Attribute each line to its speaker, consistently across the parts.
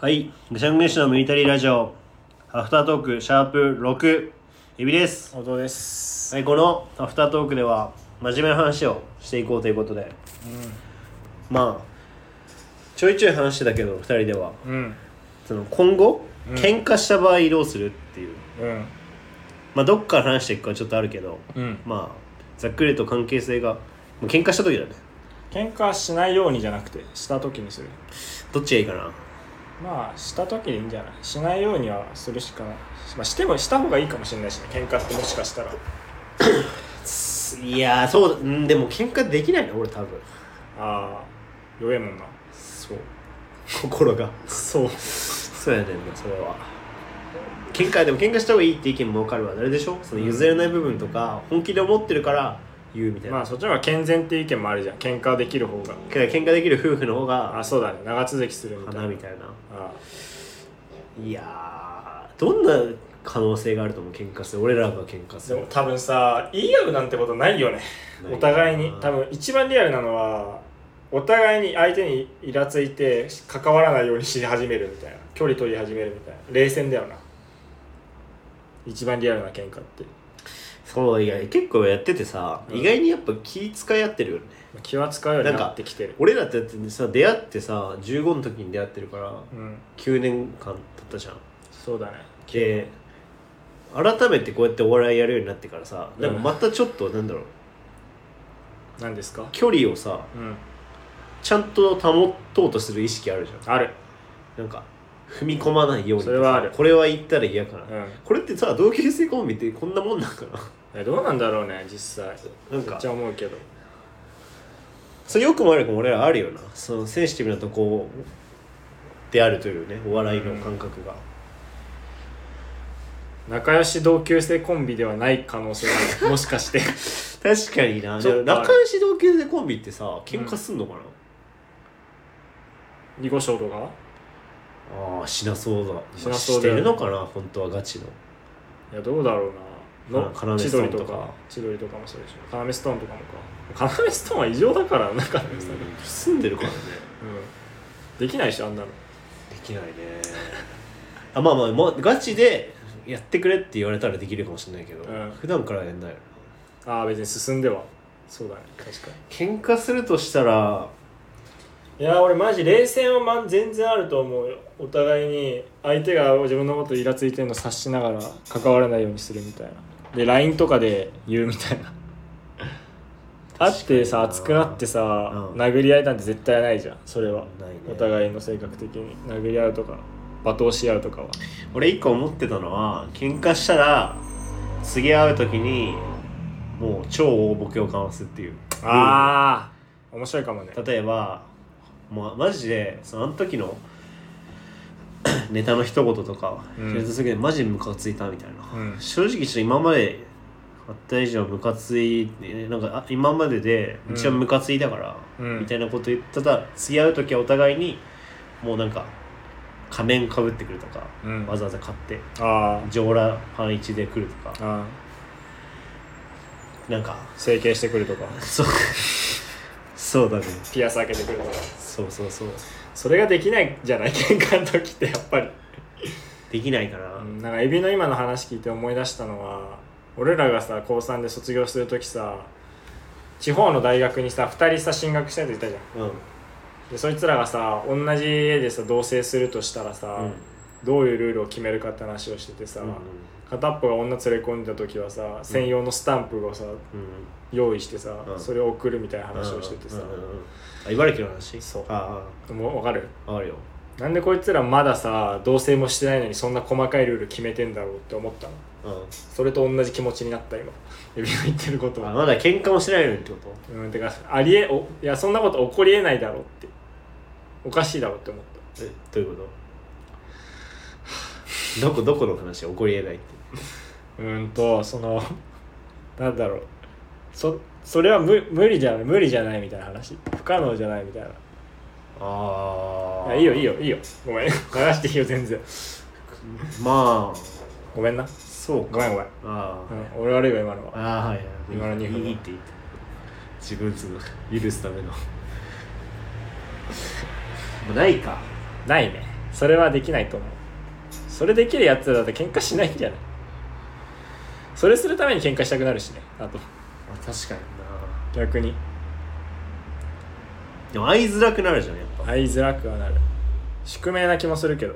Speaker 1: はい。ぐしゃぐしゃのミリタリーラジオ。アフタートーク、シャープ6、エビです。
Speaker 2: 本当です、
Speaker 1: はい、このアフタートークでは、真面目な話をしていこうということで、まあ、ちょいちょい話してたけど、2人では、
Speaker 2: うん
Speaker 1: その今後、
Speaker 2: うん
Speaker 1: 喧嘩した場合どうするっていう、
Speaker 2: うん
Speaker 1: まあ、どっから話していくかちょっとあるけど、
Speaker 2: うん
Speaker 1: まあ、ざっくりと関係性が、まあ喧嘩した時だね。
Speaker 2: 喧嘩しないようにじゃなくてした時にする
Speaker 1: どっちがいいかな。
Speaker 2: まあした時でいいんじゃないしないようにはするしかない、まあ、してもした方がいいかもしれないしね喧嘩ってもしかしたら
Speaker 1: いやー、そう、うんでも喧嘩できないな、俺多分。
Speaker 2: ああ弱えもんな
Speaker 1: そう心がそうそうやねんなそれは喧嘩でも喧嘩した方がいいって意見も分かるわあれでしょその譲れない部分とか本気で思ってるから言うみたいな、
Speaker 2: まあそっちの方が健全っていう意見もあるじゃん喧嘩できる方が
Speaker 1: けど喧嘩できる夫婦の方
Speaker 2: あ
Speaker 1: が
Speaker 2: そうだね長続きするみたいな
Speaker 1: 花みたいな
Speaker 2: あ
Speaker 1: いやーどんな可能性があると思う喧嘩する俺らが喧嘩
Speaker 2: あ
Speaker 1: す
Speaker 2: でも
Speaker 1: る
Speaker 2: 多分さ言い合うなんてことないよね
Speaker 1: ない
Speaker 2: お互いに
Speaker 1: うん
Speaker 2: 多分一番リアルなのはお互いに相手にイラついて関わらないようにし始めるみたいな距離取り始めるみたいな冷戦だよな一番リアルな喧嘩って
Speaker 1: そういや結構やっててさ、
Speaker 2: うん
Speaker 1: 意外にやっぱ気使い合ってるよね
Speaker 2: 気は使うようになってきてる
Speaker 1: 俺らってだってさ出会ってさ15の時に出会ってるから
Speaker 2: うん
Speaker 1: 9年間経ったじゃん
Speaker 2: そうだね
Speaker 1: で改めてこうやってお笑いやるようになってからさでもまたちょっとなんだろう
Speaker 2: 何ですか
Speaker 1: 距離をさ
Speaker 2: うん
Speaker 1: ちゃんと保とうとする意識あるじゃん
Speaker 2: ある
Speaker 1: なんか踏み込まないように
Speaker 2: それはある
Speaker 1: これは言ったら嫌かな、
Speaker 2: うん
Speaker 1: これってさ同級生コンビってこんなもんなんかな
Speaker 2: えどうなんだろうね実際
Speaker 1: なん
Speaker 2: めっ
Speaker 1: か
Speaker 2: ちゃ思うけど
Speaker 1: それよくも悪くも俺らあるよなそのセンシティブなとこであるというねお笑いの感覚が、
Speaker 2: 仲良し同級生コンビではない可能性もあるもしかして
Speaker 1: 確かにな
Speaker 2: ちょっと
Speaker 1: でも
Speaker 2: ある
Speaker 1: 仲良し同級生コンビってさ喧嘩すんのかな、
Speaker 2: 囲碁将とか
Speaker 1: ああしなそうだ
Speaker 2: しなそう
Speaker 1: し
Speaker 2: だ
Speaker 1: て
Speaker 2: よね
Speaker 1: るのかな本当はガチの
Speaker 2: いやどうだろうな
Speaker 1: あ要
Speaker 2: の
Speaker 1: ス
Speaker 2: 千
Speaker 1: トー
Speaker 2: 鳥
Speaker 1: ンとか
Speaker 2: とか千鳥とかもそうでしょ要ストーンとかもか要ストーンは異常だからなか
Speaker 1: う
Speaker 2: 要ストーン
Speaker 1: ん住
Speaker 2: うん
Speaker 1: んでるからね
Speaker 2: できないでしょあんなの
Speaker 1: できないねあまあまあ、まあ、ガチでやってくれって言われたらできるかもしれないけど、
Speaker 2: うん
Speaker 1: 普段からやんないよな
Speaker 2: ああ別に進んではそうだね確か
Speaker 1: 喧嘩するとしたら
Speaker 2: にいやー俺マジ冷戦はま全然あると思うよお互いに相手が自分のことイラついてるの察しながら関わらないようにするみたいなで LINE とかで言うみた いな会ってさ熱くなってさ、
Speaker 1: うん
Speaker 2: 殴り合いなんて絶対ないじゃんそれは
Speaker 1: ないね
Speaker 2: お互いの性格的に殴り合うとか罵倒し合うとかは
Speaker 1: 俺一個思ってたのは喧嘩したら次会う時にもう超大ボケをかますっていう
Speaker 2: ああ面白いかもね
Speaker 1: 例えばもうマジでそのあの時の ネタの一言とか
Speaker 2: うん
Speaker 1: 知れた時でマジでムカついたみたいな、
Speaker 2: うん
Speaker 1: 正直ちょっと今まであった以上ムカついてなんかあ今までで
Speaker 2: うん
Speaker 1: 一番ムカついたから、
Speaker 2: うん
Speaker 1: みたいなこと言ってたら付き合う時はお互いにもうなんか仮面かぶってくるとか、
Speaker 2: うん
Speaker 1: わざわざ買って
Speaker 2: あ
Speaker 1: 上裸パン一で来るとか
Speaker 2: あああ
Speaker 1: なんか
Speaker 2: 整形してくるとか
Speaker 1: そう そうだね
Speaker 2: ピアス開けてくるとか
Speaker 1: そうそうそう
Speaker 2: それができないじゃない 喧嘩の時ってやっぱり、
Speaker 1: できないかな、
Speaker 2: なんかエビの今の話聞いて思い出したのは俺らがさ高3で卒業する時さ地方の大学にさ2人さ進学したやついたじゃん
Speaker 1: うん、うん
Speaker 2: でそいつらがさ同じ家でさ同棲するとしたらさ、どういうルールを決めるかって話をしててさ、
Speaker 1: うん
Speaker 2: 片っぽが女連れ込んだ時はさ専用のスタンプをさ
Speaker 1: うん
Speaker 2: 用意してさ、
Speaker 1: うん
Speaker 2: それを送るみたいな話をしててさ、
Speaker 1: うんうんうんあ茨城の話
Speaker 2: そう
Speaker 1: あ
Speaker 2: もう分かる
Speaker 1: ああるよ
Speaker 2: なんでこいつらまださ同棲もしてないのにそんな細かいルール決めてんだろうって思ったの
Speaker 1: うん
Speaker 2: それと同じ気持ちになった今 指の言ってること
Speaker 1: あ
Speaker 2: は
Speaker 1: まだ喧嘩もしてないのにってこ
Speaker 2: うんてかありえおいやそんなこと起こりえないだろうっておかしいだろうって思っ
Speaker 1: とえどういうこと どこどこの話起こりえないって
Speaker 2: たうんとその なんだろうそそれは無無理じゃない無理じゃないみたいな話不可能じゃないみたいない
Speaker 1: ああ
Speaker 2: やいいよいいよいいよごめん流していいよ全然
Speaker 1: まあ
Speaker 2: ごめんな
Speaker 1: そう
Speaker 2: ご
Speaker 1: か
Speaker 2: めんごめん、
Speaker 1: あ
Speaker 2: う
Speaker 1: あ、
Speaker 2: ん、俺悪いわ今のは
Speaker 1: ああはいはい
Speaker 2: 今の二分はい
Speaker 1: いって言って自分つの 許すためのまあないか
Speaker 2: ないねそれはできないと思うそれできるやつだって喧嘩しないんじゃないそれするために喧嘩したくなるしねあと
Speaker 1: あ確かにな
Speaker 2: 逆に
Speaker 1: でも会いづらくなるじゃんやっぱ
Speaker 2: 会いづらくはなる宿命な気もするけど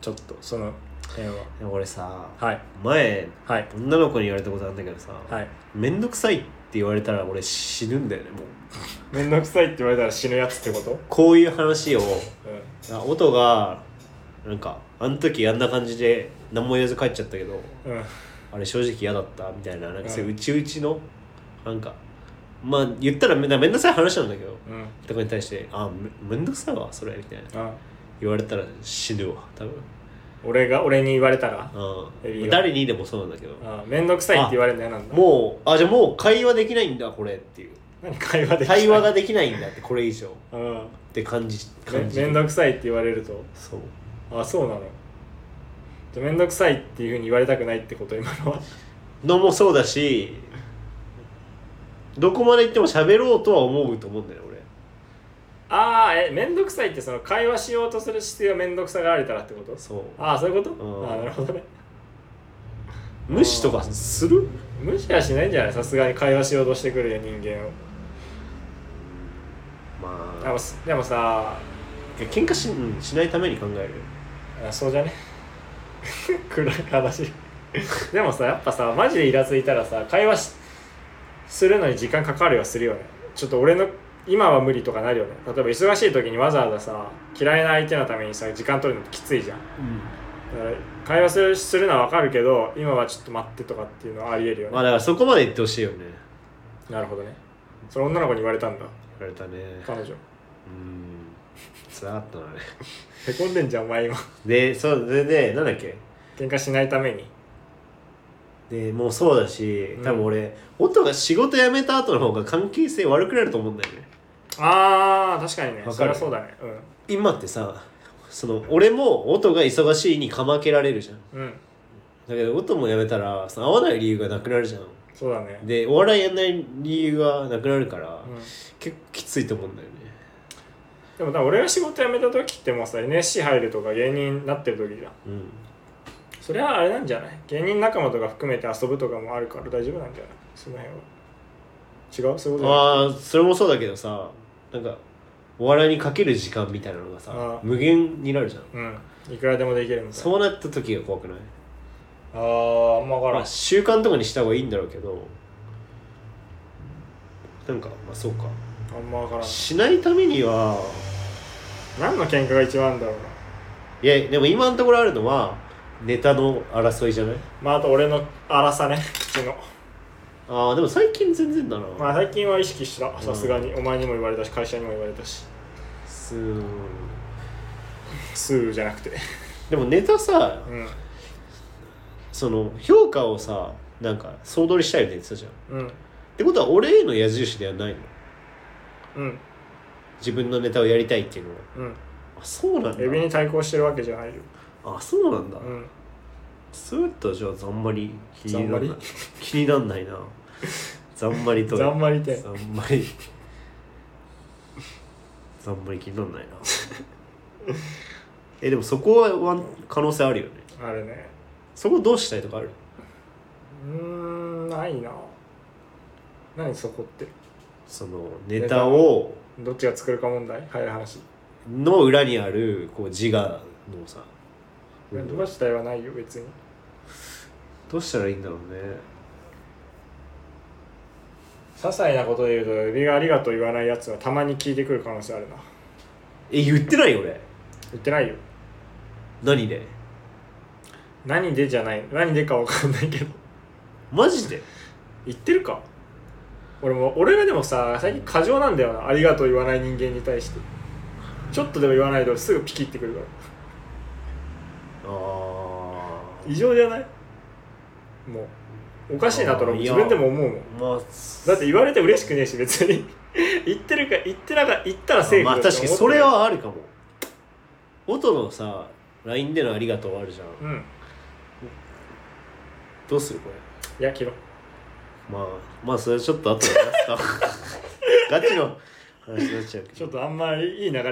Speaker 2: ちょっとその辺は
Speaker 1: でも俺さ
Speaker 2: はい
Speaker 1: 前
Speaker 2: はい
Speaker 1: 女の子に言われたことあるんだけどさ、
Speaker 2: はい
Speaker 1: めんどくさいって言われたら俺死ぬんだよねもう
Speaker 2: 面倒くさいって言われたら死ぬやつってこと
Speaker 1: こういう話を
Speaker 2: うん
Speaker 1: あ音がなんかあの時あんな感じで何も言わず帰っちゃったけど
Speaker 2: うん
Speaker 1: あれ正直嫌だったみたいななんかそういううちうちのなんかまあ言ったらめんめんどくさい話なんだけど
Speaker 2: うん
Speaker 1: とかに対して「あめめんどくさいわそれ」みたいな
Speaker 2: あ
Speaker 1: 言われたら死ぬわ多分
Speaker 2: 俺が俺に言われたら
Speaker 1: う
Speaker 2: エ
Speaker 1: ん
Speaker 2: ビが
Speaker 1: 誰にでもそうなんだけど
Speaker 2: あ面倒くさいって言われるの嫌なんだ
Speaker 1: もうあじゃあもう会話できないんだこれっていう
Speaker 2: 何会話できない
Speaker 1: 対話ができないんだってこれ以上っ
Speaker 2: うん
Speaker 1: て感じ
Speaker 2: め
Speaker 1: 感じ
Speaker 2: 面倒くさいって言われると
Speaker 1: そう
Speaker 2: あそうなのじゃあ面倒くさいっていうふうに言われたくないってこと今のは
Speaker 1: のもそうだしどこまで行っても喋ろうとは思うと思うんだよね俺
Speaker 2: ああえ面倒くさいってその会話しようとする姿勢が面倒くさがられたらってこと
Speaker 1: そう
Speaker 2: ああそういうこ
Speaker 1: うん
Speaker 2: とああなるほどね
Speaker 1: 無視とかする
Speaker 2: 無視はしないんじゃないさすがに会話しようとしてくるよ人間を
Speaker 1: ま
Speaker 2: で
Speaker 1: あ
Speaker 2: もすでもさ
Speaker 1: いや喧嘩しうんしないために考える
Speaker 2: あそうじゃね暗い話でもさやっぱさマジでイラついたらさ会話しするのに時間かかるよするよねちょっと俺の今は無理とかなるよね例えば忙しい時にわざわざさ嫌いな相手のためにさ時間取るのきついじゃんだから会話するするのはわかるけど今はちょっと待ってとかっていうのはありえるよ
Speaker 1: まあ
Speaker 2: ね
Speaker 1: だからそこまで行ってほしいよね
Speaker 2: なるほどねその女の子に言われたんだ
Speaker 1: 言われたね
Speaker 2: 彼女
Speaker 1: うんつらかったなあれ
Speaker 2: へこんでんじゃんお前今
Speaker 1: でそうででなんだっけ
Speaker 2: 喧嘩しないために
Speaker 1: でもうそうだし
Speaker 2: うん
Speaker 1: 多分俺、音が仕事辞めた後の方が関係性悪くなると思うんだよね
Speaker 2: あー確かにね
Speaker 1: わ
Speaker 2: そ
Speaker 1: か
Speaker 2: れ
Speaker 1: る
Speaker 2: はそうだね
Speaker 1: 今ってさその俺も音が忙しいにかまけられるじゃん
Speaker 2: うんうん
Speaker 1: だけど音も辞めたらその合わない理由がなくなるじゃん
Speaker 2: そうだね
Speaker 1: でお笑いやんない理由がなくなるから、
Speaker 2: うん
Speaker 1: 結構きついと思うんだよね
Speaker 2: でもだから俺が仕事辞めた時ってもうさ NSC 入るとか芸人になってる時じゃん
Speaker 1: うん
Speaker 2: それはあれなんじゃない芸人仲間とか含めて遊ぶとかもあるから大丈夫なんじゃないその辺は違うそういうことじゃない
Speaker 1: ああそれもそうだけどさなんかお笑いにかける時間みたいなのがさ
Speaker 2: あー
Speaker 1: 無限になるじゃん
Speaker 2: うんいくらでもできるみたいな
Speaker 1: そうなった時が怖くない
Speaker 2: あーあんま分か
Speaker 1: ま
Speaker 2: らん
Speaker 1: あ、習慣とかにした方がいいんだろうけどなんかまあそうか
Speaker 2: あんま分からん
Speaker 1: しないためには
Speaker 2: 何の喧嘩が一番あるんだろうない
Speaker 1: やでも今のところあるのはネタの争いじゃない
Speaker 2: まああと俺の荒さね口の
Speaker 1: ああでも最近全然だな、
Speaker 2: まあ最近は意識した
Speaker 1: ん
Speaker 2: さすがにお前にも言われたし会社にも言われたし
Speaker 1: すー
Speaker 2: スーじゃなくて
Speaker 1: でもネタさ
Speaker 2: うん
Speaker 1: その評価をさなんか総取りしたいみたいに言ってたじゃんっ
Speaker 2: うん
Speaker 1: てことは俺への矢印ではないの
Speaker 2: うん
Speaker 1: 自分のネタをやりたいっていうのは
Speaker 2: うん
Speaker 1: あそうなんだ
Speaker 2: エビに対抗してるわけじゃないよ
Speaker 1: あそうなんだ、
Speaker 2: うん
Speaker 1: そうやったらじゃあざんまり気になら
Speaker 2: ざ
Speaker 1: な
Speaker 2: んま
Speaker 1: い気になんないなざんまりと
Speaker 2: ざんまりて
Speaker 1: ざんまりざんまり気になんないなえでもそこはワン可能性あるよね
Speaker 2: あれね
Speaker 1: そこどうしたいとかある
Speaker 2: うーんないな何そこって
Speaker 1: そのネタを
Speaker 2: どっちが作るか問題早い話
Speaker 1: の裏にあるこう自我のさ
Speaker 2: 面倒自体はないよ別に
Speaker 1: どうしたらいいんだろうね
Speaker 2: 些細なことで言うとエビがありがとう言わないやつはたまに聞いてくる可能性あるな
Speaker 1: え言ってないよ俺
Speaker 2: 言ってないよ
Speaker 1: 何で
Speaker 2: 何でじゃない何でかわかんないけど
Speaker 1: マジで
Speaker 2: 言ってるか俺も俺がでもさ最近過剰なんだよなありがとう言わない人間に対してちょっとでも言わないとすぐピキってくるか
Speaker 1: あ
Speaker 2: ら
Speaker 1: あ
Speaker 2: 異常じゃないもうおかしいなと俺も自分でも思うもん
Speaker 1: まあ
Speaker 2: だって言われて嬉しくねえし別に 言ってるか言ってなか言ったらセーフ
Speaker 1: まあ
Speaker 2: だと
Speaker 1: 確
Speaker 2: 思
Speaker 1: か
Speaker 2: って
Speaker 1: にそれはあるかも音のさ LINE での「ありがとう」あるじゃん
Speaker 2: うん
Speaker 1: どうするこれ
Speaker 2: いや切ろう
Speaker 1: まあまあそれはちょっと後で話すかガチの話になっちゃうけど
Speaker 2: ちょっとあんまりいい流れ